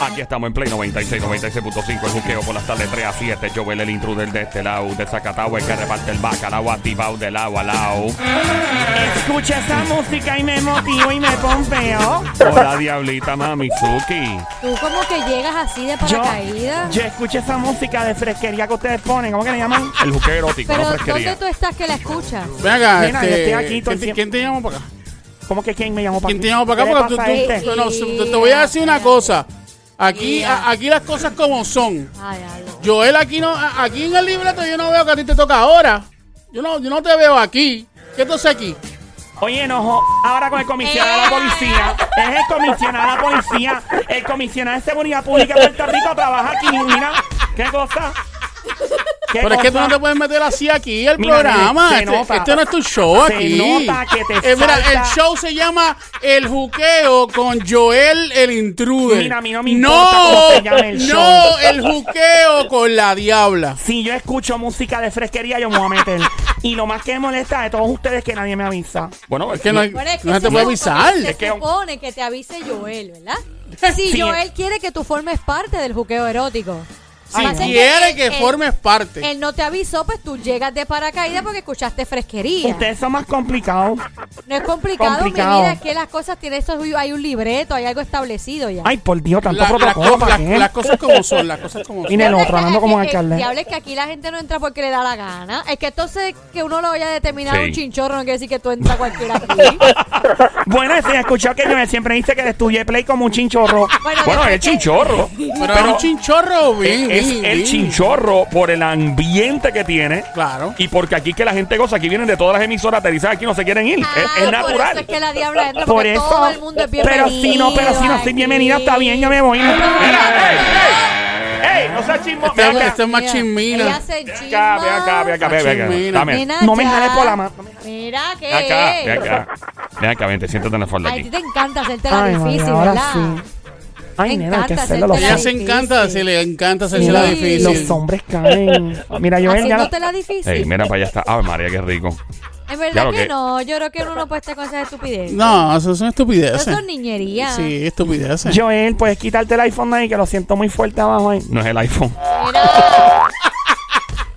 Aquí estamos en Play 96, 96.5. El juqueo por las tardes 3 a 7. Joel, el intruder de este lado. De Zacatau, el que reparte el bacalao. Activado de lado a lado. Escucha esa música y me motivo y me pompeo. Hola, Diablita Mamizuki. Tú como que llegas así de paracaídas. yo escucho esa música de fresquería que ustedes ponen. ¿Cómo que le llaman? El juqueo erótico, Pero no ¿dónde fresquería. tú estás que la escuchas? Ven acá, Mira, yo este, estoy aquí todo el ¿quién, tiempo. te, quién te llama para acá? ¿Cómo que quién me llamó para ¿Quién te llamó para acá? Porque tú, ¿Qué le pasa a tú- este? tú- no, te- te voy a decir una cosa. Aquí, Mira. a- aquí las cosas como son. Ay, algo. Joel, aquí no, a- aquí en el libreto yo no veo que a ti te toca ahora. Yo no, yo no te veo aquí. ¿Qué tú haces aquí? Oye, enojo. Ahora con el comisionado de la policía. Eh. Es el comisionado de la policía. El comisionado de seguridad pública de Puerto Rico trabaja aquí. Mira, qué cosa. ¿Qué Pero es que tú cosa? no te puedes meter así aquí el Mira, programa. mira, se este, nota. este no es tu show Se aquí. nota que te Eh, mira, el salta. show se llama El Juqueo con Joel el Intruder. Mira, a mí no me no, importa cómo se llame el show. No, el Juqueo con la Diabla. Si yo escucho música de fresquería, yo me voy a meter. y lo más que me molesta de todos ustedes es que nadie me avisa. Bueno, Es que no, hay- Bueno, es que no se te se puede supone- avisar. Se Es que- supone que te avise Joel, ¿verdad? Si Sí. Joel quiere que tú formes parte del juqueo erótico. Si Pasa que quiere él- que él- formes parte. Él no te avisó, pues tú llegas de paracaídas porque escuchaste fresquería. Ustedes son más complicados. No es complicado, Complicado. mi vida, es que las cosas tienen esto, hay un libreto, hay algo establecido ya. Ay, por Dios, tanto La- la protocolo. co- ¿para la- ¿eh? qué? las cosas como son, las cosas como Y son. en el Diablo, otro, es que- hablando es como que- alcalde. el diablo es que aquí la gente no entra porque le da la gana. Es que entonces que uno lo haya determinado Sí. un chinchorro no quiere decir que tú entras cualquiera aquí. Bueno, se escuchó que Joel siempre dice que destruye Play como un chinchorro. Bueno, después el que- chinchorro. Pero, es un chinchorro, bien, es bien, el bien. chinchorro por el ambiente que tiene. Claro. Y porque aquí que la gente goza, aquí vienen de todas las emisoras, te dicen aquí no se quieren ir. Ah, es, es Por natural. eso es que la diabla entra Por porque eso. todo el mundo es bienvenido. pero si no, pero si no soy aquí. bienvenida, está bien, yo me voy. Mira, ey, ey, ey, no seas chismo. Este- ven acá. este- es más Mira, chismina. Ella se Ve acá, ve acá, ve acá, ve acá, ve acá. Machín, mira. Dame. Nena, No me ya. jales por la mano. Mira eh. que. Ve acá, ve acá. Ve acá, vente, siéntate en la falda Ay, a ti aquí. te encanta hacerte la Ay, difícil, madre, ahora ¿verdad? sí. Ay, Me nena, hay que encanta hacerlo. Los, hacerte Ella la se difícil. encanta, se le encanta hacerse Mira, la los difícil. los hombres caen. Mira, Joel, ya. Haciéndote la difícil. Ey, mira para allá está. Ay, María, qué rico. En Ya verdad lo que que- no, yo creo que uno no puede estar con esas estupideces. No, eso son Eso estupideces. son niñerías. Sí, estupideces. Joel, puedes quitarte el iPhone ahí, que lo siento muy fuerte abajo ahí. No es el iPhone.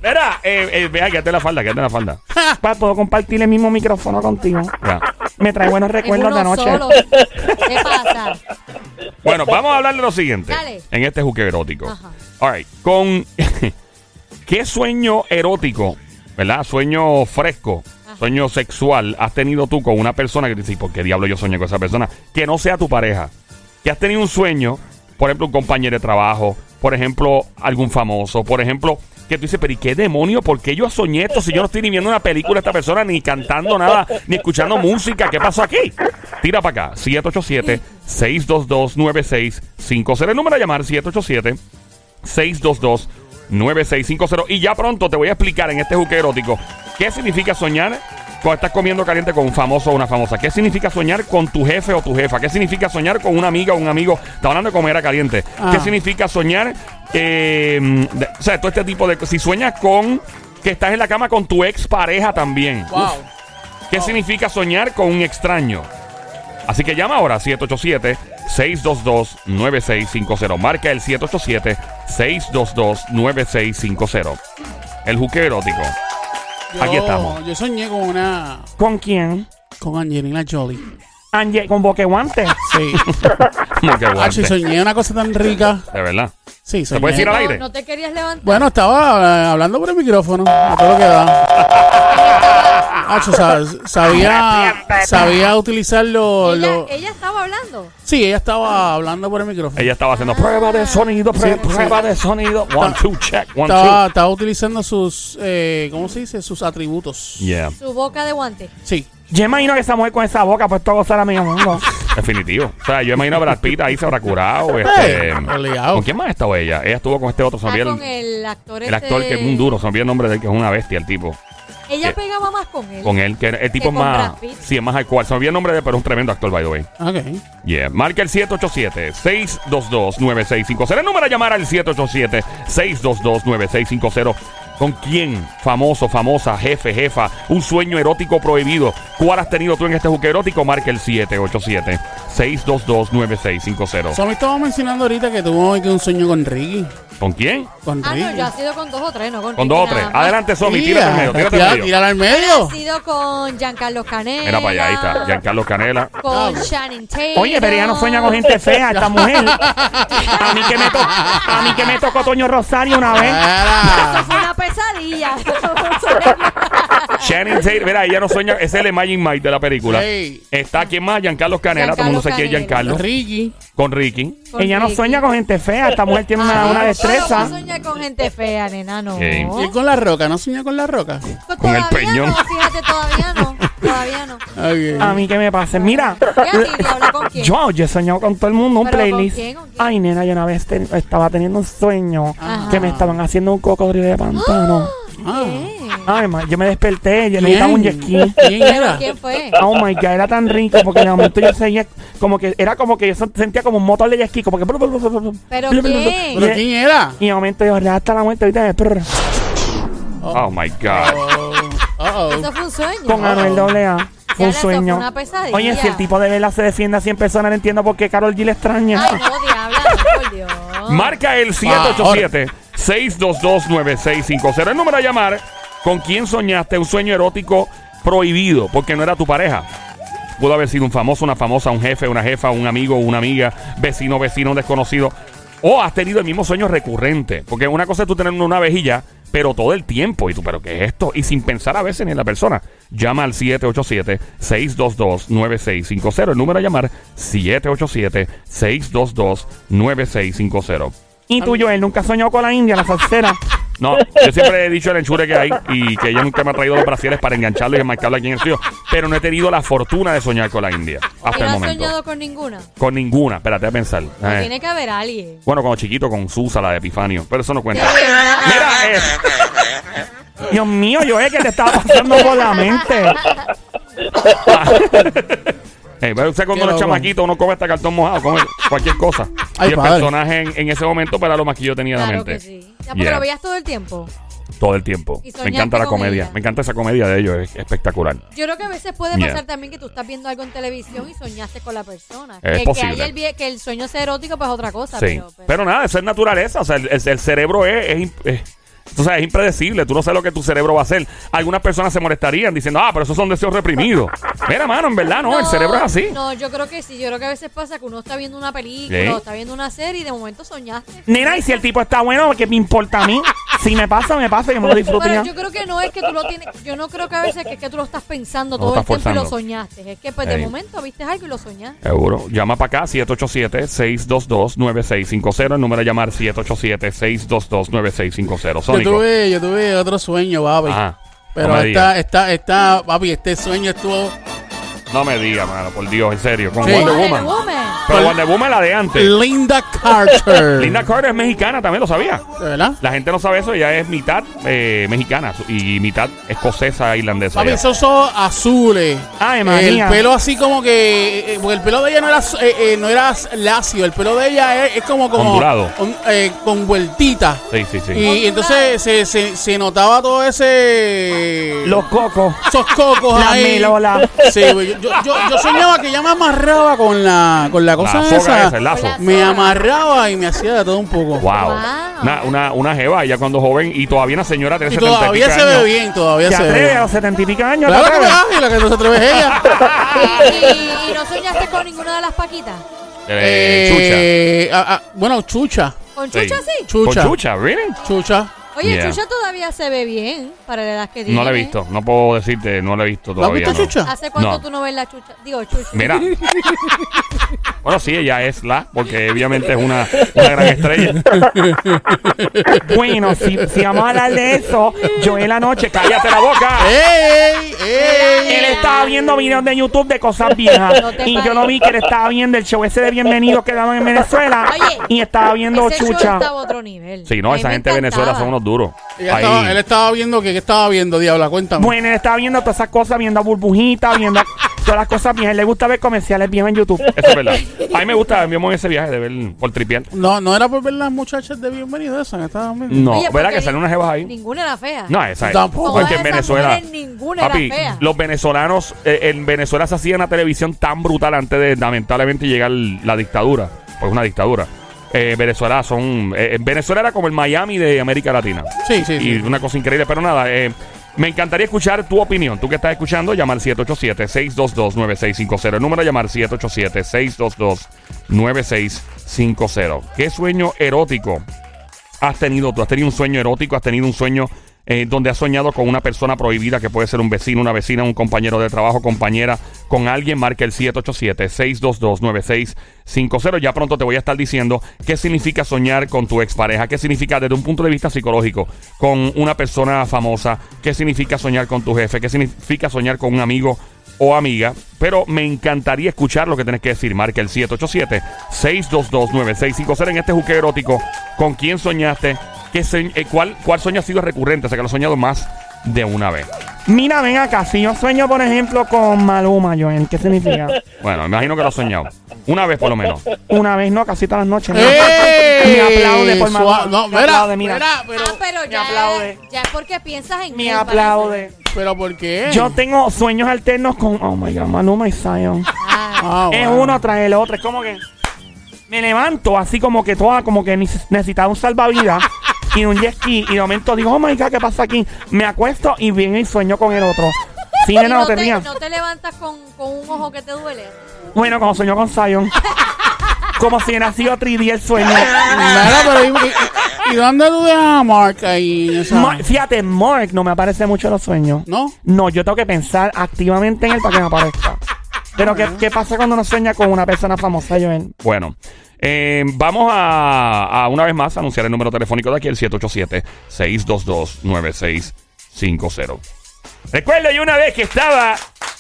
Mira, eh, eh, vea, quédate en la falda, quédate en la falda. Pa, puedo compartir el mismo micrófono contigo. Ya. Me trae buenos Es uno recuerdos de anoche. solo. ¿Qué pasa? Bueno, vamos a hablar de lo siguiente. Dale. En este juque erótico. Ajá. All right, con qué sueño erótico, ¿verdad? Sueño fresco, sueño sexual has tenido tú con una persona que dices, ¿por qué diablo yo soñé con esa persona? Que no sea tu pareja. Que has tenido un sueño, por ejemplo, un compañero de trabajo, por ejemplo, algún famoso, por ejemplo, que tú dices, pero ¿y qué demonio? ¿Por qué yo soñé esto si yo no estoy ni viendo una película de esta persona, ni cantando nada, ni escuchando música? ¿Qué pasó aquí? Tira para acá, 787-622-9650. El número a llamar, 787 622-9650. Y ya pronto te voy a explicar en este juque erótico qué significa soñar cuando estás comiendo caliente con un famoso o una famosa. ¿Qué significa soñar con tu jefe o tu jefa? ¿Qué significa soñar con una amiga o un amigo? Está hablando de comer a caliente. Ah. ¿Qué significa soñar? eh, de- o sea, todo este tipo de... Si sueñas con... Que estás en la cama con tu ex pareja también. Wow. Oh. ¿Qué significa soñar con un extraño? Así que llama ahora 787-622-9650. Marca el 787-622-9650. El juque erótico. Aquí estamos. Yo soñé con una. ¿Con quién? con Angelina Jolie. Ange- con boqueguante. Ah. Sí. Como que Hacho, y guante. soñé una cosa tan rica. De verdad. Sí, soñé. puede decir al No, aire? No te querías levantar. Bueno, estaba eh, hablando por el micrófono, a todo lo que da. Hacho, sab- sabía, sabía utilizar los... Ella, los- ella estaba hablando. Sí, ella estaba hablando por el micrófono. Ella estaba haciendo prueba de sonido, pre- Sí, sí. prueba de sonido. One, two, check. One, Estaba, two. estaba utilizando sus, eh, ¿cómo se dice? Sus atributos. Yeah. Su boca de guante. Sí. Yo imagino que esa mujer con esa boca, pues todo será medio mundo. Definitivo. O sea, yo imagino a Brad Pitt ahí se habrá curado. Eh, Este, obligado. ¿Con quién más ha estado ella? Ella estuvo con este otro. se me Ah, olvidó con el, el actor el actor que este- es un duro. Se me olvidó el nombre de él, que es una bestia el tipo. Ella Eh, pegaba más con él. con él, que el tipo Que es con más. Brad Pitt. Sí, es más alcohol. Se me olvidó el nombre de él, pero es un tremendo actor, by the way. Ok. Yeah. Marca el 787-622-9650. El número a llamar al 787-622-9650. ¿Con quién? Famoso, famosa, jefe, jefa. Un sueño erótico prohibido. ¿Cuál has tenido tú en este juque erótico? Marca el 787-622-9650. Sammy estaba mencionando ahorita que tuvo hoy que un sueño con Ricky. ¿Con quién? Con Ah, no, Ricky. yo ha sido con dos o tres, no con Con dos Ricky o tres. nada más. Adelante, Somi. Tira, Tírate en medio. Tírate en tira, medio. tírala al medio. Ha sido con Giancarlo Canela. Mira para allá. Ahí está. Giancarlo Canela. Con Shannon Taylor. Oye, pero ella no sueña con gente fea, esta mujer. A mí que me, to- a mí que me tocó Toño Rosario una vez. Ah. Eso Era. fue una pesadilla. Shannon Tate. Mira, ella no sueña. Es el Imagine Mike de la película. Sí. Está quién más? Giancarlo Canela. Todo el mundo se quiere Giancarlo Giancarlo. Ricky. Con Ricky. Con ella no Ricky. sueña con gente fea, esta mujer tiene una, una No, destreza. Ah, no soñé con gente fea, nena, no. Sí. Y con la roca, ¿no soñó con la roca? Pues con el todavía peñón. No, fíjate, todavía no. Todavía no. Ok. Ah, A mí que me pase. Mira, Fíjate, ¿y habla con quién? yo, yo he soñado con todo el mundo un ¿Pero con playlist. quién? ¿Con quién? Ay, nena, yo una vez te- estaba teniendo un sueño Ajá. que me estaban haciendo un cocodrilo de pantano. Ah. Eh, Ay, ma, yo me desperté, yo ¿Quién? necesitaba un jet ski. ¿Quién era? ¿Quién fue? Oh my god, era tan rico porque de momento yo seguía como que era como que yo sentía como un motor de jet ski, como que ¿Pero Y de- quién? ¿Pero quién era? Y de momento yo hasta la muerte ahorita prr, Ah, Oh my God. Oh, oh. Eso fue un sueño. con Anuel AA. Fue Ya, un eso fue sueño. una pesadilla. Oye, si el tipo de vela se defiende a 100 personas, no entiendo por qué Carol G le extraña. Ay, no, diabla, no, por Dios. Marca el 787-622-9650. El número a llamar. ¿Con quién soñaste un sueño erótico prohibido? Porque no era tu pareja. Pudo haber sido un famoso, una famosa, un jefe, una jefa, un amigo, una amiga, vecino, vecino, un desconocido. O has tenido el mismo sueño recurrente. Porque una cosa es tú tener uno una vejilla, pero todo el tiempo. Y tú, ¿pero qué es esto? Y sin pensar a veces ni en la persona. Llama al 787-622-9650. El número a llamar, 787-622-9650. Y tú, Joel, nunca soñó con la India, la salsera. No, yo siempre he dicho el enchure que hay y que ella nunca me ha traído los brasieres para engancharlo y enmarcarlo aquí en el estudio. Pero no he tenido la fortuna de soñar con la India ¿Y hasta no el has momento. soñado con ninguna? Con ninguna, espérate a pensar. Eh, Tiene que haber alguien. Bueno, cuando chiquito con Susa, la de Epifanio, pero eso no cuenta. Mira, eh, Dios mío, Joel, ¿qué te estaba pasando por la mente? Eh, pero usted Qué cuando uno es loco. chamaquito, uno come hasta cartón mojado, come cualquier cosa. Ay, y el padre. personaje en, en ese momento pues, era lo más que yo tenía en la Claro mente. que sí. Ya, porque Yeah. lo veías todo el tiempo. Todo el tiempo. Y Me soñaste encanta la con comedia. ella. Me encanta esa comedia de ellos, es espectacular. Yo creo que a veces puede Yeah. pasar también que tú estás viendo algo en televisión y soñaste con la persona. Es que, que posible. ahí el, vie- que el sueño sea erótico, pues es otra cosa. Sí. Pero, Pero, nada, eso es naturaleza. O sea, el, el- el cerebro es, es, imp- es- tú sabes, es impredecible. Tú no sabes lo que tu cerebro va a hacer. Algunas personas se molestarían diciendo, ah, pero esos son deseos reprimidos. Mira, mano, en verdad no, el cerebro es así. No, yo creo que sí. Yo creo que a veces pasa que uno está viendo una película Sí. o está viendo una serie y de momento soñaste. Nena, y si el tipo está bueno, ¿qué me importa a mí? Si me pasa, me pasa, yo me lo disfruto ya. Pero yo creo que no es que tú lo tienes. Yo no creo que a veces que, es que tú lo estás pensando No todo lo el tiempo estás y lo forzando. soñaste. Es que pues Ey. de momento viste algo y lo soñaste. Seguro. Llama para acá, 787-622-9650. El número a llamar, 787-622-9650. Yo Sónico. Ah, tuve, yo tuve otro sueño, papi. Ajá. no Pero me esta, digas. esta, esta, papi, este sueño estuvo No me digas, mano, por Dios, en serio. Con Sí. Wonder Wonder Woman. Woman. Pero Wonder Woman la de antes. Linda Carter. Linda Carter es mexicana, también lo sabía. ¿Verdad? La gente no sabe eso, ella es mitad eh, mexicana su- y mitad escocesa irlandesa. Papi, ella. esos ojos azules. Ah, Ay, el María. pelo así como que. eh, Porque el pelo de ella no era, az- eh, eh, no era az- lacio. El pelo de ella es, es como. como Ondulado. on- eh, con vueltita. Sí, sí, sí. Y entonces se, se, se notaba todo ese. Los cocos. esos cocos La ahí. melola. Sí, güey. Yo, yo, yo- yo soñaba que ya me amarraba con la, con la La cosa soga esa. esa, el lazo. Hola. Me amarraba y me hacía de todo un poco. Wow. Wow. Una, una, una jeva, ella cuando joven y todavía una señora tiene Y 70 y todavía pico se ve años. bien, todavía Te se ve atreves a bien. los 70 y pico años. te Claro que me atreves. hace, la que no se atreve es ella. Y, y no soñaste con ninguna de las paquitas. Eh, Eh, ah, ah, bueno, chucha. Con Sí. Chucha sí. chucha. Con Chucha. chucha, ¿really? Chucha. Oye, Yeah. Chucha todavía se ve bien para la edad que tiene. No la he visto, no puedo decirte, no la he visto ¿No has todavía. visto no. chucha? ¿Hace cuánto No. tú no ves la Chucha? Digo, Chucha. Mira. bueno, sí, ella es la, porque obviamente es una, una gran estrella. Bueno, si, si vamos a hablar de eso, yo en la noche, cállate la boca. Eh. ¡Ey! ¡Ey! Él estaba viendo videos de YouTube de cosas viejas. No te y yo pares. no vi que él estaba viendo el show ese de Bienvenidos que daban en Venezuela. Oye, y estaba viendo Ese show Chucha. estaba a otro nivel. Sí, no, A mí esa me gente de Venezuela encantaba. son unos duros. Ella Ahí. estaba- él estaba viendo que, que estaba viendo, Diabla, cuéntame. Bueno, él estaba viendo todas esas cosas, viendo a Burbujita, viendo a- Todas las cosas viejas. Le gusta ver comerciales bien en YouTube. Eso es verdad. A mí me gusta, me en ese viaje de ver por tripiar. No, no era por ver las muchachas de bienvenido esas que estaban viendo. No, Oye, ¿verdad porque que salen unas jevas ahí? Ninguna era fea. No, esa es. Tampoco. Porque en Todas esas Venezuela. mujeres, ninguna era fea. los venezolanos, eh, en Venezuela se hacía una televisión tan brutal antes de lamentablemente llegar la dictadura. Pues una dictadura. Eh, Venezuela son. eh, Venezuela era como el Miami de América Latina. Sí, sí, Y sí. una cosa increíble, pero nada, eh, me encantaría escuchar tu opinión. Tú que estás escuchando, llama al 787-622-9650. El número a llamar 787-622-9650. ¿Qué sueño erótico has tenido tú? ¿Has tenido un sueño erótico? ¿Has tenido un sueño eh, donde has soñado con una persona prohibida que puede ser un vecino, una vecina, un compañero de trabajo, compañera, con alguien? Marca el 787-622-9650. Ya pronto te voy a estar diciendo qué significa soñar con tu expareja, qué significa desde un punto de vista psicológico con una persona famosa, qué significa soñar con tu jefe, qué significa soñar con un amigo o amiga, pero me encantaría escuchar lo que tenés que decir. Marca el 787-622-9650 en este juque erótico. ¿Con quién soñaste? ¿Qué se- eh, cuál, ¿Cuál sueño ha sido recurrente? O sea, que lo has soñado más de una vez. Mira, ven acá. Si yo sueño, por ejemplo, con Maluma, Joel, ¿qué significa? Bueno, me imagino que lo has soñado. Una vez por lo menos. Una vez, no, casi todas las noches. ¿no? ¡Ey! Me aplaude por Maluma. ¡Eh! Suave. No, me mira, aplaude, mira. mira, pero, ah, pero ya, aplaude. ya es porque piensas en Me él, aplaude. pero ¿por qué? Yo tengo sueños alternos con. Oh my god, Maluma y Zion. parece. Ah, Ah, es bueno. uno tras el otro. Es como que me levanto así como que toda, como que neces- necesitaba un salvavidas y un jet ski. Y de momento digo, oh my god, ¿qué pasa aquí? Me acuesto y viene y sueño con el otro. Sí, y nena, no, no te te, rías. no te levantas con, con un ojo que te duele. Bueno, como sueño con Zion. como si hubiera sido 3D el sueño. Mira, pero ¿y, y- y dónde tú dejas a Mark ahí? en esa- Mar- fíjate, Mark no me aparece mucho en los sueños. ¿No? No, yo tengo que pensar activamente en él para que me aparezca. Pero, ¿qué, qué pasa cuando uno sueña con una persona famosa, Joel? Bueno, eh, vamos a, a una vez más anunciar el número telefónico de aquí, el 787-622-9650. Recuerdo yo una vez que estaba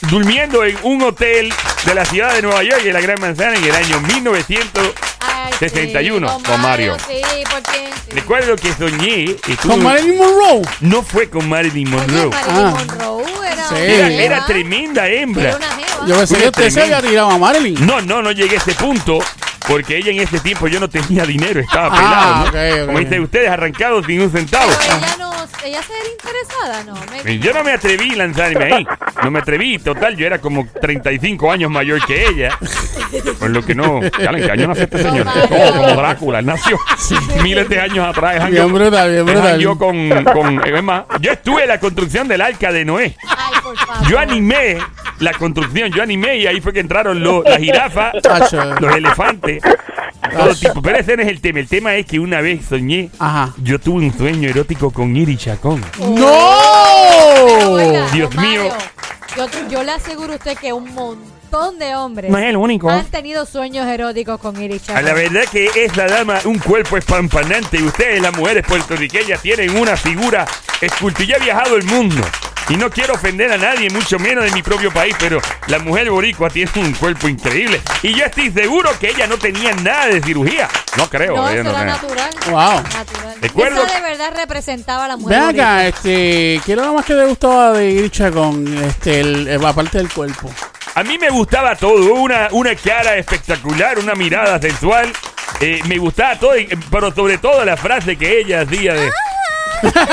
durmiendo en un hotel de la ciudad de Nueva York, en la Gran Manzana, en el año 1900. Ay, 61, sí, con Mario. Sí, porque. sí. Recuerdo que soñé y tú- ¿Con Marilyn Monroe? no fue con Marilyn Oye, Monroe. Marilyn Ah. Monroe era. Sí. una Era, jeva, era tremenda Era hembra. una jeva. Yo pensé Uy, que usted se tremendo. había tirado a Marilyn. No, no, no llegué a ese punto. Porque ella en ese tiempo yo no tenía dinero, estaba Ah, pelado, ¿no? ok, ok. Como dicen ustedes, arrancados sin un centavo. Pero ella no. Ella se era interesada, no. me- Y Yo no me atreví a lanzarme ahí. No me atreví. Total, yo era como 35 años mayor que ella. Por lo que no. Ya le engañó nació este señor. Todo como Drácula. Él nació miles de años atrás. Él Bien hangueó- brutal, bien él brutal. hangueó con, con- eh, Es más, yo estuve en la construcción del arca de Noé. Ay, por favor. Yo animé la construcción. Yo animé y ahí fue que entraron los, las jirafas, Tacho. los elefantes. Todo tipo. Pero ese no es el tema. El tema es que una vez soñé. Ajá. Yo tuve un sueño erótico con Iri Chacón. Pero ¡No! oiga, Dios don mío. Mario, Yo, te- yo le aseguro a usted que un montón de hombres No es el único. han tenido sueños eróticos con Iris A Chapman. la verdad que es la dama un cuerpo espampanante y ustedes las mujeres puertorriqueñas tienen una figura esculpida. Ya he viajado el mundo y no quiero ofender a nadie, mucho menos de mi propio país, pero la mujer boricua tiene un cuerpo increíble y yo estoy seguro que ella no tenía nada de cirugía. No creo. No, ella eso no era tenía. natural. Wow. Natural. Recuerdo- Esa de verdad representaba a la mujer. Ven bonita. acá, este, ¿qué era lo más que te gustaba de Iris Chacón? Este, el, eh, aparte del cuerpo. A mí me gustaba todo, una, una cara espectacular, una mirada sensual. eh, me gustaba todo, y- pero sobre todo la frase que ella hacía de...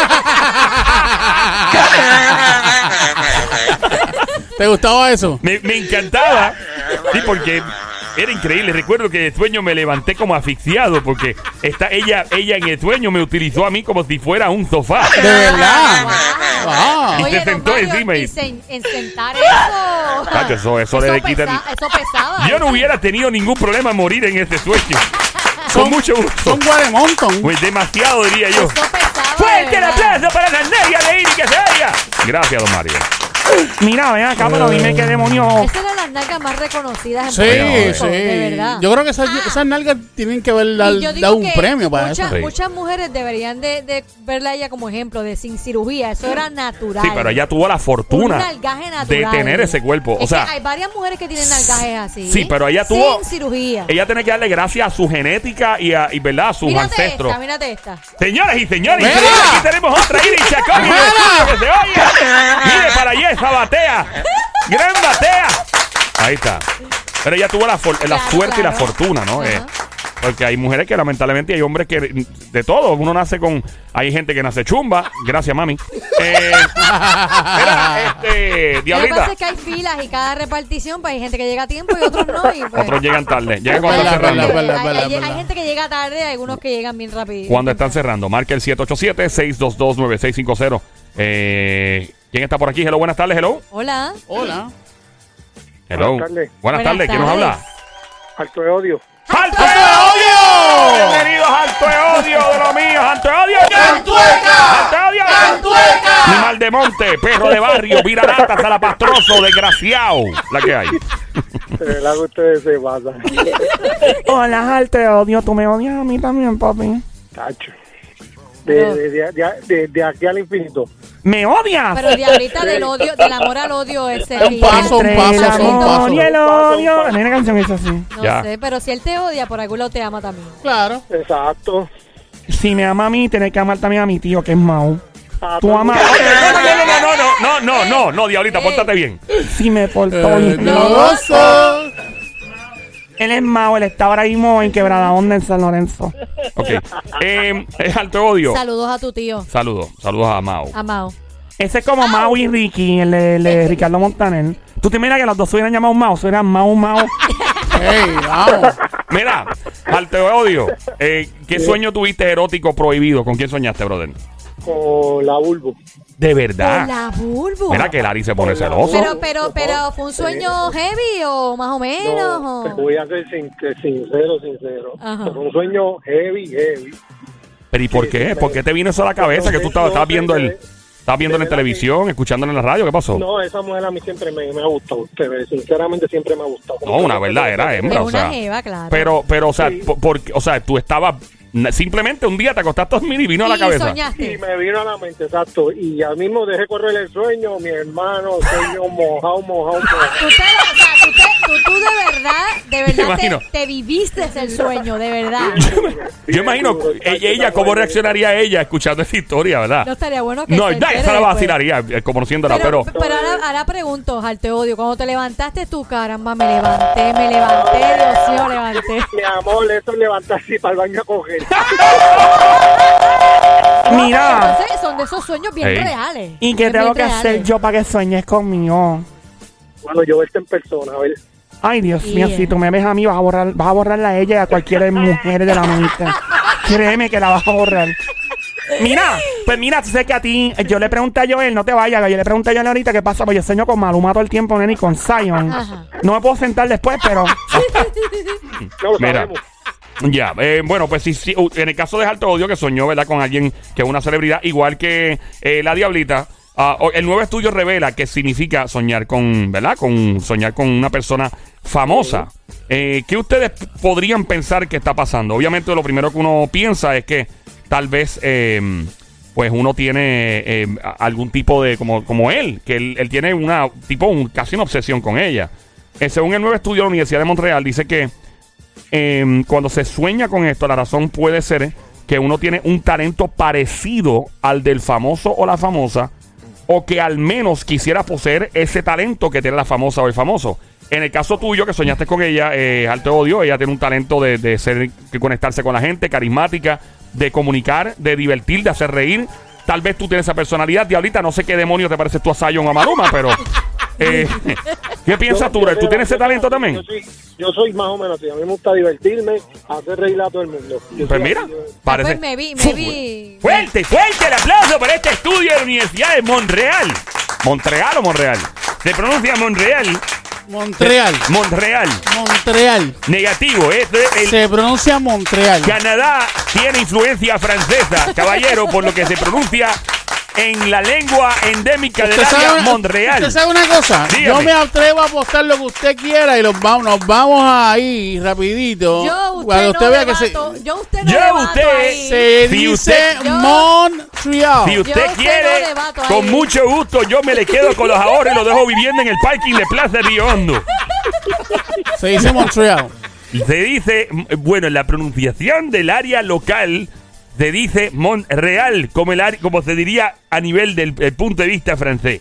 ¿Te gustaba eso? Me, me encantaba. Sí, porque era increíble. Recuerdo que de sueño me levanté como asfixiado porque está ella, ella en el sueño me utilizó a mí como si fuera un sofá. De verdad. Wow. Wow. Y Oye, se don sentó Mario, encima y- y sen- en sentar eso. Cacho, eso- eso le quitan- pesa- Eso pesaba. Yo no hubiera tenido ningún problema en morir en ese sueño. Con Son- mucho gusto. Son Guaremonton. Pues demasiado diría yo. Eso pesaba. ¡Fuerte de el verdad. aplauso para la negra de Iri que se oiga! Gracias, don Mario. Mira, ven acá, pero dime qué demonio. Esas eran las nalgas más reconocidas en Sí, Puerto Rico, sí. De verdad. Ah. Yo creo que esas, esas nalgas tienen que haber Y yo dado digo dado un que premio para muchas- eso. Sí. Muchas mujeres deberían de, de verla a ella como ejemplo de sin cirugía. Eso era natural. Sí, pero ella tuvo la Un fortuna nalgaje de natural. tener ese cuerpo. O Es sea, que hay varias mujeres que tienen nalgajes así. Sí, pero ella tuvo- Sin cirugía. ella tiene que darle gracias a su genética y, a, y ¿verdad? a sus mírate ancestros. esta, mírate esta. Señoras y señores, ¡Mira! aquí tenemos otra Iris Chacón y el ¡Mira! estudio que se oye. Mire para allá esa batea. Gran batea. Ahí está. Pero ella tuvo la, for- la Claro, suerte y la claro. fortuna, ¿no? Eh, Ajá. porque hay mujeres que lamentablemente y hay hombres que de todo. Uno nace con. Hay gente que nace chumba. Gracias, mami. Eh, mira, este, Lo que Diablita. pasa es que hay filas y cada repartición, pues hay gente que llega a tiempo y otros no. Y pues, Otros llegan tarde. Llegan Verdad, cuando están verdad, cerrando. verdad. Hay- hay, verdad. hay gente que llega tarde, hay algunos que llegan bien rápido. Cuando están cerrando. Marca el 787-622-9650. Eh, ¿Quién está por aquí? Hello, buenas tardes. Hello. Hola. Hola. Hello. Buenas tardes. Buenas tardes. ¿Quién nos tardes. habla? Alto de odio. ¡Alto de odio! Bienvenidos a Alto de odio de lo mío. ¡Alto de odio! ¡Cantueca! ¡Alto de odio! ¡Cantueca! Animal de monte, perro de barrio, viralata, salapastroso, desgraciado. La que hay. Se la hago ustedes se pasan. Hola, Al, te odio. Tú me odias a mí también, papi. Tacho. De, de, de, de, de- de aquí al infinito. ¿Me odias? Pero diablita del odio, del amor al odio es Un paso, un Entre el paso, un amor y el paso. odio. Hay una canción que dice así. No Ya. sé, pero si él te odia, por algún lado te ama también. Claro. Exacto. Si me ama a mí, tiene que amar también a mi tío, que es Mau. Ah, Tú amas. No, no, no, no, no, no, no, no, no, diablita, pórtate bien. Si me portó Eh, bien. no gozo. Él es Mau, él está ahora mismo en Quebrada Onda, en San Lorenzo. Ok. Eh, es alto de odio. Saludos a tu tío, Saludos, saludos a Mao. amado. Ese es como Mau y Ricky, el de, el de Ricardo Montaner. Tú te imaginas que los dos se hubieran llamado Mau, se hubieran Mau, Mau. Ey, vamos. Mira, alto de odio. Eh, ¿Qué sueño tuviste erótico prohibido? ¿Con quién soñaste, brother? Con la vulvo. De Con verdad. la bulbo. Mira que Larry se pone celoso. Pero, pero, pero, ¿fue un sueño heavy o más o menos? No, o? te voy a ser sin- que sincero, sincero. Ajá. Pero un sueño heavy, heavy. Pero ¿y por qué? ¿Por qué te vino eso a la cabeza? Que tú estabas, estabas viendo el, estabas viéndolo en televisión, escuchándolo en la radio. ¿Qué pasó? No, No, esa mujer a mí siempre me, me ha gustado. Te ve, Sinceramente siempre me ha gustado. una verdadera Es hembra, o una sea. jeva, claro. Pero, pero, o sea, por- porque- o sea, tú estabas simplemente un día te acostaste a dormir y vino a la Y cabeza. Y soñaste. me vino a la mente, exacto. Y ya mismo dejé correr el sueño, mi hermano, sueño mojado, mojado, mojado. Tú, te- o sea, tú te- tú- tú de verdad, de Me verdad imagino. te, te viviste el sueño, de verdad. Yo imagino e, ella, ella cómo reaccionaría ella escuchando esa historia, ¿verdad? No estaría bueno que No, se no, entere esa la después. vacilaría, eh, conociéndola, Pero, pero, pero ahora, ahora pregunto, Jal, te odio. Cuando te levantaste tú, caramba, me levanté, me levanté, Dios mío, levanté. Mi amor, eso levantarse y para el baño a coger. Mira, Entonces son de esos sueños bien Ey. reales. ¿y qué bien tengo que reales. hacer yo para que sueñes conmigo? Bueno, yo verte en persona, a ver. Ay, Dios mío, Yeah. si tú me ves a mí, vas a borrar, vas a borrarla a ella y a cualquier mujer de la mente. Créeme que la vas a borrar. Mira, pues mira, tú sabes que a ti, yo le pregunté a Joel, no te vayas, yo le pregunté a Joel ahorita qué pasa, pues yo sueño con Maluma todo el tiempo, nene, y con Zion. Ajá. No me puedo sentar después, pero No lo Mira. sabemos. Ya, eh, bueno, pues sí, sí, u- en el caso de Alto Odio, que soñó, ¿verdad? Con alguien que es una celebridad, igual que eh, la Diablita. ah, o- el nuevo estudio revela que significa soñar con, ¿verdad? Con soñar con una persona famosa. Eh, ¿Qué ustedes p- podrían pensar que está pasando? Obviamente, lo primero que uno piensa es que tal vez, eh, pues uno tiene eh, a- algún tipo de, como, como él, que él, él tiene una, tipo, un- casi una obsesión con ella. Eh, según el nuevo estudio de la Universidad de Montreal, dice que eh, cuando se sueña con esto, la razón puede ser que uno tiene un talento parecido al del famoso o la famosa, o que al menos quisiera poseer ese talento que tiene la famosa o el famoso. En el caso tuyo, que soñaste con ella, eh, Alto Odio, ella tiene un talento de, de ser, de conectarse con la gente, carismática, de comunicar, de divertir, de hacer reír. Tal vez tú tienes esa personalidad, Diablita, no sé qué demonio te pareces tú a Zion o a Maluma, pero... eh, ¿Qué piensas tú? Yo- yo ¿Tú tienes soy- ese talento también? Yo soy, yo soy más o menos así. A mí me gusta divertirme, hacer reír a todo el mundo. Yo Pues soy mira, así, yo- parece. Pues me vi, me Fu- vi. Fuerte, fuerte el aplauso para este estudio de la Universidad de Montreal. Montreal o Montreal. Se pronuncia Montreal. Montreal. Montreal. Montreal. Negativo. ¿eh? Esto es el Se pronuncia Montreal. Canadá tiene influencia francesa, caballero, por lo que se pronuncia en la lengua endémica del ¿Usted área sabe, Montreal. usted sabe una cosa? Dígame. Yo me atrevo a apostar lo que usted quiera y los vamos, nos vamos ahí rapidito. Yo, usted cuando no usted vea que se, debato, Yo, usted no Yo, debato usted- ahí. se Si dice usted- Yo- Montreal. Si usted usted no quiere, debato ahí. con mucho gusto, yo me le quedo con los ahorros y lo dejo viviendo en el parking de Plaza Río Hondo. Se dice Montreal. Se dice, mm, bueno, en la pronunciación del área local se dice Montreal, como, el, ar- como se diría a nivel del el punto de vista francés.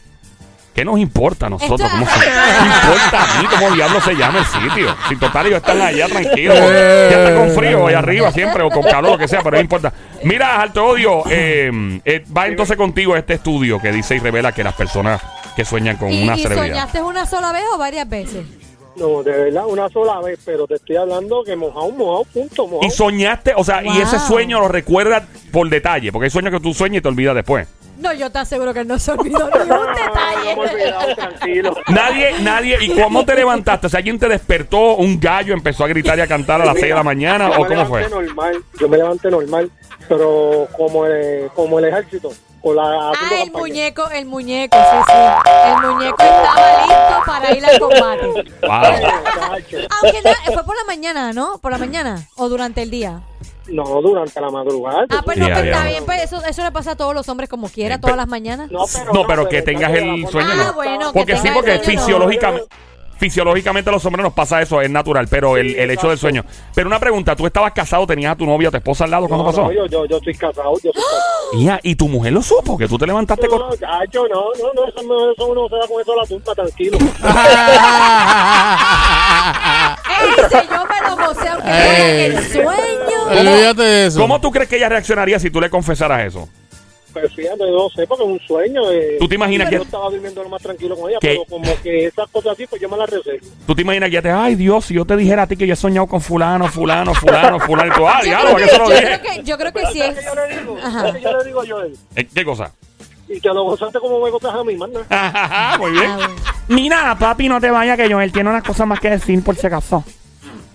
¿Qué nos importa a nosotros? Esto- ¿Cómo se- ¿Qué importa a mí cómo diablo se llama el sitio? Si total ellos están allá tranquilos. Ya están con frío allá arriba siempre o con calor, lo que sea, pero no importa. Mira, Alto Odio, eh, eh, va entonces contigo este estudio que dice y revela que las personas que sueñan con ¿Y, una y celebridad. soñaste una sola vez o varias veces? No, de verdad, una sola vez, pero te estoy hablando que mojado, mojado, punto, mojado. Y soñaste, o sea, y ese Wow. sueño lo recuerdas por detalle, porque hay sueños que tú sueñas y te olvidas después. No, yo te aseguro que no se olvidó ni un No me he olvidado, detalle. tranquilo. Nadie, nadie. ¿Y cómo te levantaste? O sea, alguien te despertó, un gallo empezó a gritar y a cantar a las 6 de la mañana, Yo ¿o me cómo fue? levanté Normal, yo me levanté normal, pero como el, como el ejército, con la... haciendo Ah, el campaña. muñeco, el muñeco, sí, sí. El muñeco estaba listo para ir al combate. Wow. Muchacho. Aunque no, fue por la mañana, ¿no? Por la mañana o durante el día. No, durante la madrugada. Ah, pues no, Ya, pues ya. está bien, pues eso, eso le pasa a todos los hombres como quiera, todas las mañanas. No, pero que tengas pero el la sueño, forma- ¿no? Ah, bueno, Porque que sí, tenga porque el sueño, ¿no? fisiológicamente, fisiológicamente a los hombres nos pasa eso, es natural, pero el, el hecho del sueño. Pero una pregunta, ¿tú estabas casado, tenías a tu novia, a tu esposa al lado? ¿Cuándo No, pasó? no, yo, yo, yo estoy casado, yo estoy casado. Mía, y tu mujer lo supo, que tú te levantaste No, con... no, chacho, no, no, no, eso, no, eso uno se da con eso a la tumba, tranquilo. Ese yo me lo gocé, aunque fuera Ey. el sueño. Olvídate de eso. ¿Cómo tú crees que ella reaccionaría si tú le confesaras eso? Pues fíjate, no sé, porque es un sueño. eh, ¿Tú te imaginas yo que- estaba viviendo lo más tranquilo con ella, ¿Qué? pero como que esas cosas así, pues yo me las reservo. Tú te imaginas que ya te, ay Dios, si yo te dijera a ti que yo he soñado con fulano, fulano, fulano, fulano, y tú, ah, Yo diablo, creo ¿para que- qué se lo yo dije? creo que- Yo creo que Pero sí ¿sabes es. qué yo le digo? Ajá. ¿Sabes qué yo le digo yo a él? Eh, ¿Qué cosa? Y te lo gozaste como me gozas a mí, manda. Ajá, muy bien. Ah, bueno. Mira, papi, no te vayas, que Joel tiene unas cosas más que decir por si acaso.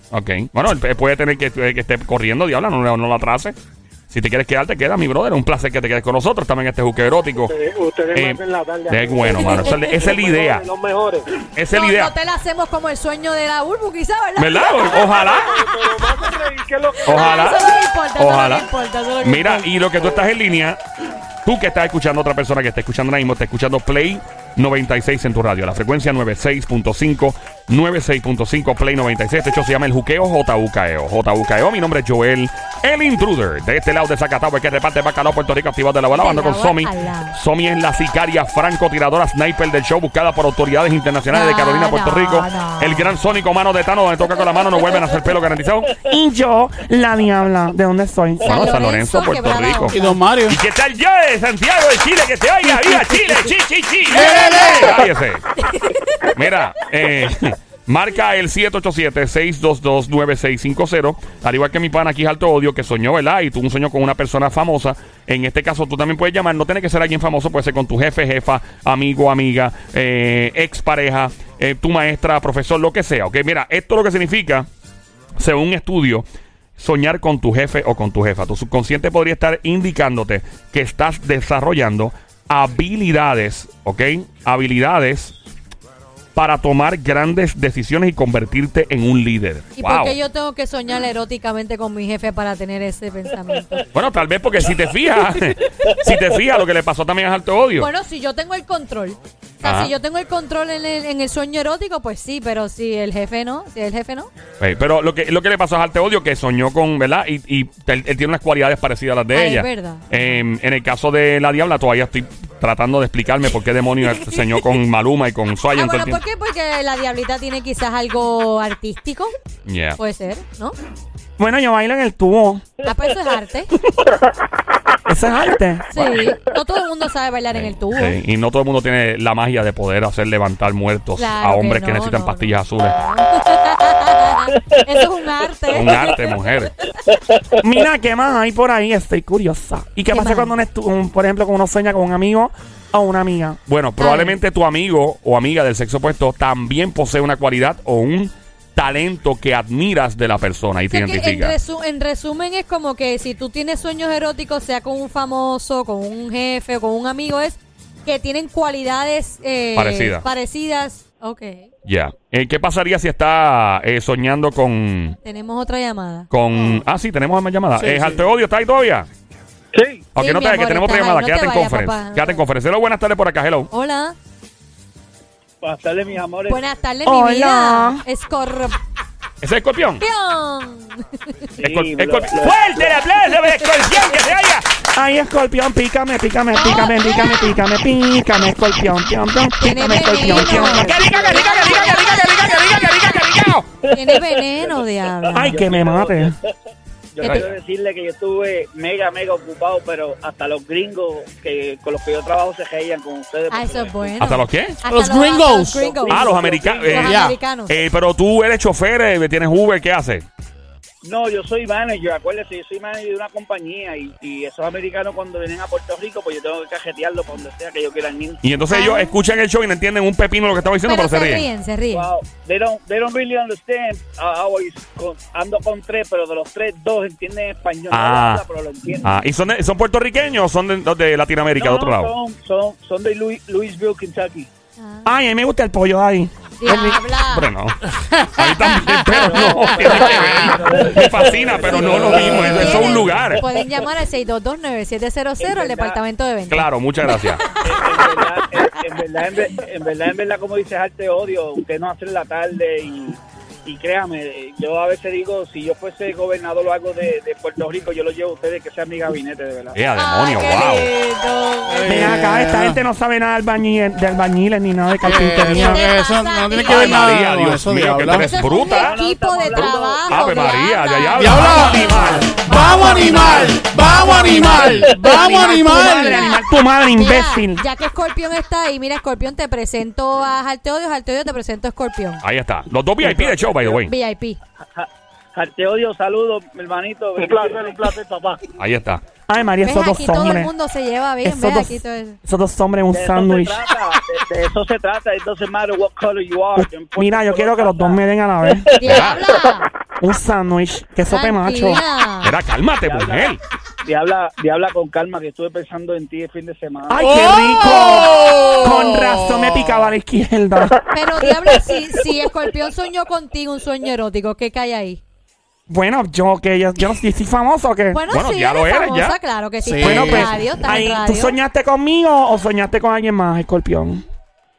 Ok. Bueno, él puede tener que, que esté corriendo, diabla, no, no la atrase. Si te quieres quedar, te queda, mi brother. Un placer que te quedes con nosotros también en este juque erótico. Ustedes, ustedes me Eh, hacen la tarde. a es mí. bueno, mano. Esa, es la- esa es la Los idea. mejores, Los mejores. Esa es la Ah, No, idea. no te la hacemos como el sueño de la Urbu, quizá, ¿verdad? ¿Verdad? O- Ojalá. Pero más que reír, ¿qué es lo que- Ojalá. Eso no me importa, eso no me Ojalá. importa, eso no me Mira, importa. y lo que tú estás en línea, tú que estás escuchando a otra persona que está escuchando ahora mismo, está escuchando Play 96 en tu radio. La frecuencia 96.5, 96.5 Play 96. De hecho, se llama el juqueo JUKEO. JUKEO, E mi nombre es Joel, el intruder. De este lado de Zacatau, el que reparte bacalao Puerto Rico, activado de la bola, De bando la con Somi. bala. Somi es la sicaria francotiradora sniper del show, buscada por autoridades internacionales de No, Carolina, Puerto no, Rico. no. El gran sónico mano de Tano, donde toca con la mano, no vuelven a hacer pelo garantizado. Y yo, la diabla, ¿de dónde soy? Bueno, San Lorenzo, San Lorenzo, Puerto Quebrada Rico. Y don Mario. ¿Y qué tal yo de Santiago de Chile? Que se oiga, viva Chile, chi, chi, chi. Cállese. Mira, eh, marca el 787-622-9650. Al igual que mi pana aquí es Alto Odio, que soñó, ¿verdad? Y tuvo un sueño con una persona famosa. En este caso, tú también puedes llamar. No tiene que ser alguien famoso, puede ser con tu jefe, jefa, amigo, amiga, eh, expareja, eh, tu maestra, profesor, lo que sea. Ok, mira, esto lo que significa según un estudio, soñar con tu jefe o con tu jefa. Tu subconsciente podría estar indicándote que estás desarrollando habilidades, ¿ok? Habilidades para tomar grandes decisiones y convertirte en un líder. ¿Y Wow. por qué yo tengo que soñar eróticamente con mi jefe para tener ese pensamiento? Bueno, tal vez porque si te fijas, si te fijas, lo que le pasó también es alto odio. Bueno, si yo tengo el control. O sea, Ajá. si yo tengo el control en el, en el sueño erótico, pues sí, pero si el jefe no, si el jefe no. Eh, pero lo que, lo que le pasó a Jarte Odio, que soñó con, ¿verdad? Y, y él, él tiene unas cualidades parecidas a las de Ah, es ella. verdad. Eh, en el caso de La Diabla, todavía estoy tratando de explicarme por qué demonios él soñó con Maluma y con Soya. ah, bueno, ¿por qué? Porque la diablita tiene quizás algo artístico. Yeah. Puede ser, ¿no? Bueno, yo bailo en el tubo. Ah, pues eso es arte. Eso es arte. Sí. No todo el mundo sabe bailar en el tubo. Sí, y no todo el mundo tiene la magia de poder hacer levantar muertos Claro a que hombres que, no, necesitan no, pastillas azules. Eso es un arte. Un arte, mujer. Mira, ¿qué más hay por ahí? Estoy curiosa. ¿Y qué, ¿Qué pasa más? cuando, uno estu- un- por ejemplo, cuando uno sueña con un amigo o una amiga? Bueno, probablemente tu amigo o amiga del sexo opuesto también posee una cualidad o un talento que admiras de la persona y O sea te que en, identifica. resu- en resumen es como que si tú tienes sueños eróticos, sea con un famoso, con un jefe o con un amigo, es que tienen cualidades eh, Parecidas. parecidas. Ok, Ya. Eh, ¿Qué pasaría si está eh, soñando con, tenemos otra llamada. con. Ah, sí, tenemos más llamada. Sí, Eh, sí. Jarte Odio, ¿está ahí todavía? Sí, Aunque Sí, no mi te vayas, que amor, tenemos otra estás ahí. llamada. No te Quédate en vayas, conferencia. papá, no Quédate te en conferencia. Hello, buenas tardes por acá, hello. Hola, buenas tardes, mis amores. buenas tardes, Hola. mi vida. Escorpión. ¿Ese es escorpión? Sí, Escor- lo- escor- lo- ¡Fuerte el aplauso para Escorpión que se haya! Ay, escorpión, pícame, pícame, pícame, pícame, pícame, pícame, escorpión, pión, pión, Tiene pícame, escorpión, pión, veneno. pión. Tiene veneno, diablo. Ay, que me mate. Yo ¿Qué te- Eh, quiero decirle que yo estuve mega, mega ocupado, pero hasta los gringos que con los que yo trabajo se reían con ustedes. Ah, eso porque- es bueno. ¿Hasta los qué? Hasta Los hasta gringos. gringos. Ah, los Los americanos. gringos. Los ya. americanos. Eh, pero tú eres chofer, eh, tienes Uber, ¿qué haces? No, yo soy manager, acuérdese, yo soy manager de una compañía y, y esos americanos cuando vienen a Puerto Rico, pues yo tengo que cajetearlos para donde sea que ellos quieran ir. Y entonces Ah. ellos escuchan el show y no entienden un pepino lo que estamos diciendo, Pero pero, se se ríen. ríen, se ríen. Wow, they don't, they don't really understand. Ah, ah, voy con- ando con tres, pero de los tres, dos entienden español. No Ah. habla, pero lo entienden. Ah, ¿y son, de- son puertorriqueños o son de, de Latinoamérica, No, de otro no, lado? Son, son, son de Louis- Louisville, Kentucky. Ah. Ay, a mí me gusta el pollo ahí. Hombre, Diabla. no. Ahí también, pero no. tiene que ver. Me fascina, pero no lo mismo. Eso es un lugar. Pueden llamar al 622-9700 al verdad. departamento de ventas. Claro, muchas gracias. En, en verdad, en, en verdad, en, en verdad, en verdad, como dices, arte odio. Usted no hace en la tarde y, y créame, yo a veces digo, si yo fuese gobernador o algo de, de Puerto Rico, yo lo llevo a ustedes que sea mi gabinete, de verdad. ¡Ea, Ah, demonio! ¡Wow! Eh, Ven acá, esta eh, gente no sabe nada de albañil- de albañiles ni nada de eh, carpintería. ¿Qué te eso pasa, no tiene tío? que ver Ay, María, nada con Dios eso, mío, que diabla. tú eres bruta. Un equipo de trabajo. Ave María, diabla. ya, ya. ¡Diabla! ¡Vamos, animal! ¡Vamos, animal! ¡Vamos, Tu madre, animal! animal, tu madre, Mira, imbécil. ya que Scorpion está ahí, mira, Scorpion te presento a Jalteodio, Jalteodio te presento a Scorpion. Ahí está. Los dos VIP de show, by the way. VIP. Ja- Arte odio, saludos, mi hermanito. Un placer, un placer, papá. Ahí está. Ay, María, Ves, esos dos aquí todo el hombres. mundo se lleva bien, Esos ves, dos, aquí todo el- esos dos hombres en un De eso se sándwich. trata, de, de eso se trata. It doesn't matter what color you are. Uf, Mira, yo quiero que los dos me den a la vez. ¡Diabla! Un sándwich, queso de macho. Tranquila. Era, cálmate, mujer. Diabla, diabla con calma, que estuve pensando en ti el fin de semana. ¡Ay, qué ¡Oh! rico! Con razón me picaba a la izquierda. Pero diablo, si, si Escorpión soñó contigo un sueño erótico, ¿qué cae ahí? Bueno, yo que yo, yo sí soy famoso que. Bueno, Eh, Bueno, sí, ya lo eres eres, famosa, ya. claro que sí. Sí. Está Bueno, en pues, radio, está en Ay, radio. ¿Tú soñaste conmigo o soñaste con alguien más, escorpión?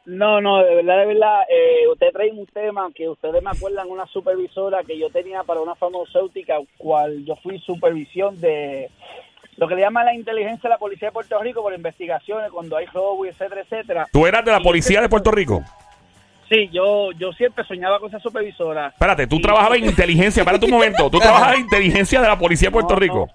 No, no, de verdad, de verdad, eh, usted trae un tema que ustedes me acuerdan una supervisora que yo tenía para una farmacéutica, cual yo fui supervisión de lo que le llama la inteligencia de la policía de Puerto Rico por investigaciones cuando hay robo, y etcétera, etcétera. Tú eras de la policía de Puerto Rico. Sí, yo, yo siempre soñaba con esa supervisora. Espérate, tú Y- trabajabas en inteligencia. Espérate un momento. Tú trabajabas en inteligencia de la policía de Puerto No, Rico.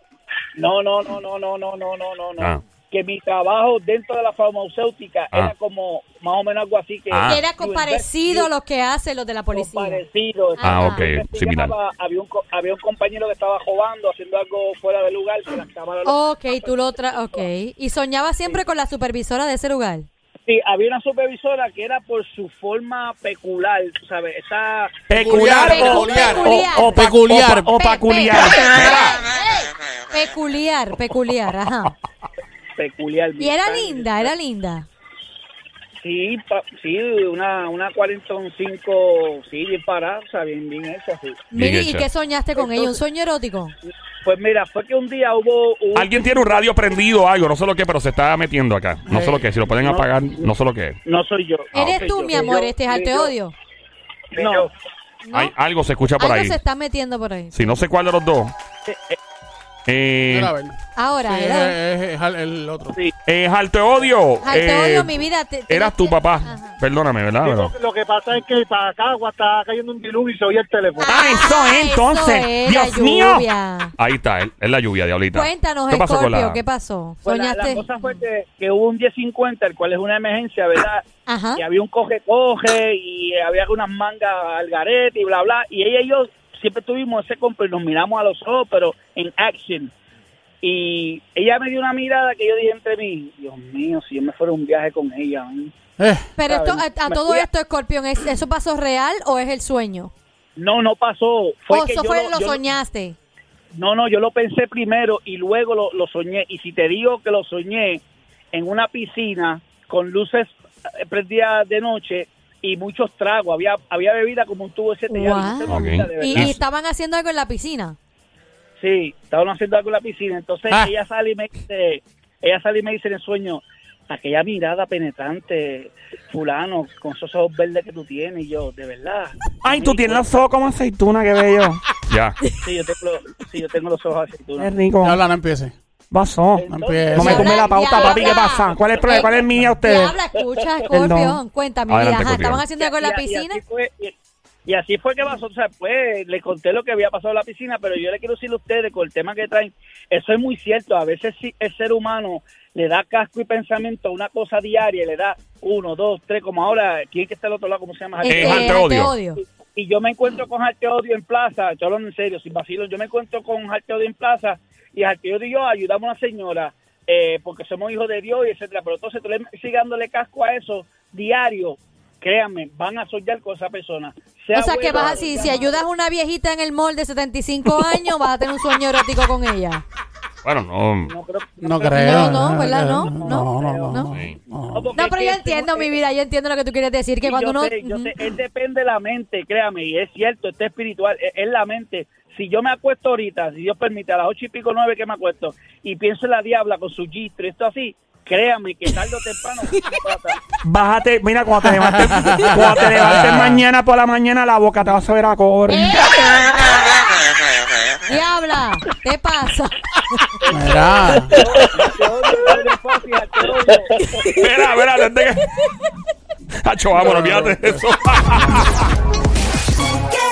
No, no, no, no, no, no, no, no, no, no. Ah. Que mi trabajo dentro de la farmacéutica Ah. era como más o menos algo así que Ah. Era comparecido los que hacen los de la policía. parecido. Ah, ok, Investigaba, similar. Había un, co- había un compañero que estaba jugando, haciendo algo fuera de lugar, que las cámaras lo- Ok, tú lo tra... Ok. Y soñaba siempre con la supervisora de ese lugar. Sí, había una supervisora que era por su forma peculiar, tú ¿sabes? Esa... Peculiar o, Peculiar. o, o pa- Peculiar. o pa- o Pe- pe- peculiar. Ey, Peculiar, peculiar, ajá. Peculiar. Y era linda, era linda. Sí, pa- sí una, una 45, sí, bien parada, o sea, bien, bien hecha, sí. Bien Miri, ¿y hecha. qué soñaste con ella? ¿Un sueño erótico? Pues mira, fue que un día hubo... hubo- Alguien tiene un radio prendido o algo, no sé lo que, pero se está metiendo acá. No sé lo que, si lo pueden apagar, no sé lo que. No soy yo. ¿Eres Soy tú, yo, mi soy amor, yo, este soy te yo. odio? Eh, No, ¿No? Hay, algo se escucha por Algo ahí. se está metiendo por ahí. Si no sé cuál de los dos. Eh, eh. Mira, a ver. Ahora, Sí, era... es- es- es el otro. eh, Jalte Odio. Ay, te eh, odio, mi vida. te- te- Eras tu te- papá. Ajá. Perdóname, ¿verdad? Pero- Lo, lo que pasa es que para acá agua está cayendo un diluvio y se oye el teléfono. Ah, eso es, entonces. la Dios mío. lluvia. Ahí está, es es la lluvia, diablita. Cuéntanos, ¿Qué pasó con Scorpio, la- ¿qué pasó? Pues la, la ¿Soñaste? cosa fue que, que hubo un 1050, el cual es una emergencia, ¿verdad? Ajá. Y había un coge-coge y había unas mangas al garete y bla, bla. Y ella y yo siempre tuvimos ese compro y nos miramos a los ojos, pero en action. Y ella me dio una mirada que yo dije entre mí, Dios mío, si yo me fuera a un viaje con ella. ¿eh? Eh, Pero esto, ¿sabes? a, a Me todo fui a- esto, Scorpion, ¿es, ¿eso pasó real o es el sueño? No, no pasó. Fue ¿O que Oh, eso yo fue lo- lo yo lo- soñaste? No, no, yo lo pensé primero y luego lo, lo soñé. Y si te digo que lo soñé en una piscina con luces eh, prendidas de noche y muchos tragos, había había bebida como un tubo de siete Wow. llaves. Entonces, Ok. mira, de Y, verdad. y estaban haciendo algo en la piscina. Sí, estaban haciendo algo en la piscina. Entonces Ah. ella sale y me dice, ella sale y me dice en el sueño, aquella mirada penetrante, fulano, con esos ojos verdes que tú tienes. Y yo, de verdad. Ay, tú tienes los los ojos como aceituna, qué bello. Ya. Sí, yo tengo, los- sí, yo tengo los ojos así. tú no. Qué rico. Diabla, no empiece. pasó? Empieza. No me Diabla, come la pauta, diabla. papi, ¿qué pasa? ¿Cuál es, el problema? ¿Cuál es mía ustedes? Diabla, escucha, Perdón. Scorpion. Cuéntame, Adelante, mira, ajá, Scorpion. estaban haciendo algo en la Y- y- y así piscina. fue- y- Y así fue que pasó, o sea, pues le conté lo que había pasado en la piscina, pero yo le quiero decir a ustedes con el tema que traen, eso es muy cierto, a veces sí, el ser humano le da casco y pensamiento a una cosa diaria, y le da uno, dos, tres, como ahora, ¿quién que está al otro lado? ¿Cómo se llama? Eh, Este, Ante Ante Odio. Odio. y yo me encuentro con Arte Odio en plaza, yo hablo en serio, sin vacilo, yo me encuentro con Arte Odio en plaza y Arte Odio y yo ayudamos a una señora eh, porque somos hijos de Dios y etcétera, pero entonces tú le sigues dándole casco a eso diario, créanme, van a soñar con esa persona. O sea que vas a, si, si ayudas a una viejita en el mall de 75 años, vas a tener un sueño erótico con ella. Bueno, no. No, creo, No creo. No, no, ¿verdad? No, no, no. no, no. Sí. no. porque No, pero es yo que entiendo, tengo- mi vida, yo entiendo lo que tú quieres decir, que Sí, cuando yo uno... sé, yo Ujú. sé, es depende de la mente, créame, y es cierto, esto es espiritual, es, es la mente. Si yo me acuesto ahorita, si Dios permite, a las ocho y pico, nueve que me acuesto, y pienso en la diabla con su gistro y esto así, créame que tarde o temprano... Bájate, mira, cuando te levantes, cuando te levantes mañana por la mañana, la boca te va a saber a cobre. ¡Eh! Diabla, ¿qué pasa? Mira. Te odio, padre, papi, te odio. Espera, espera, desde que. Hacho, vámonos, olvídate de eso. ¿Qué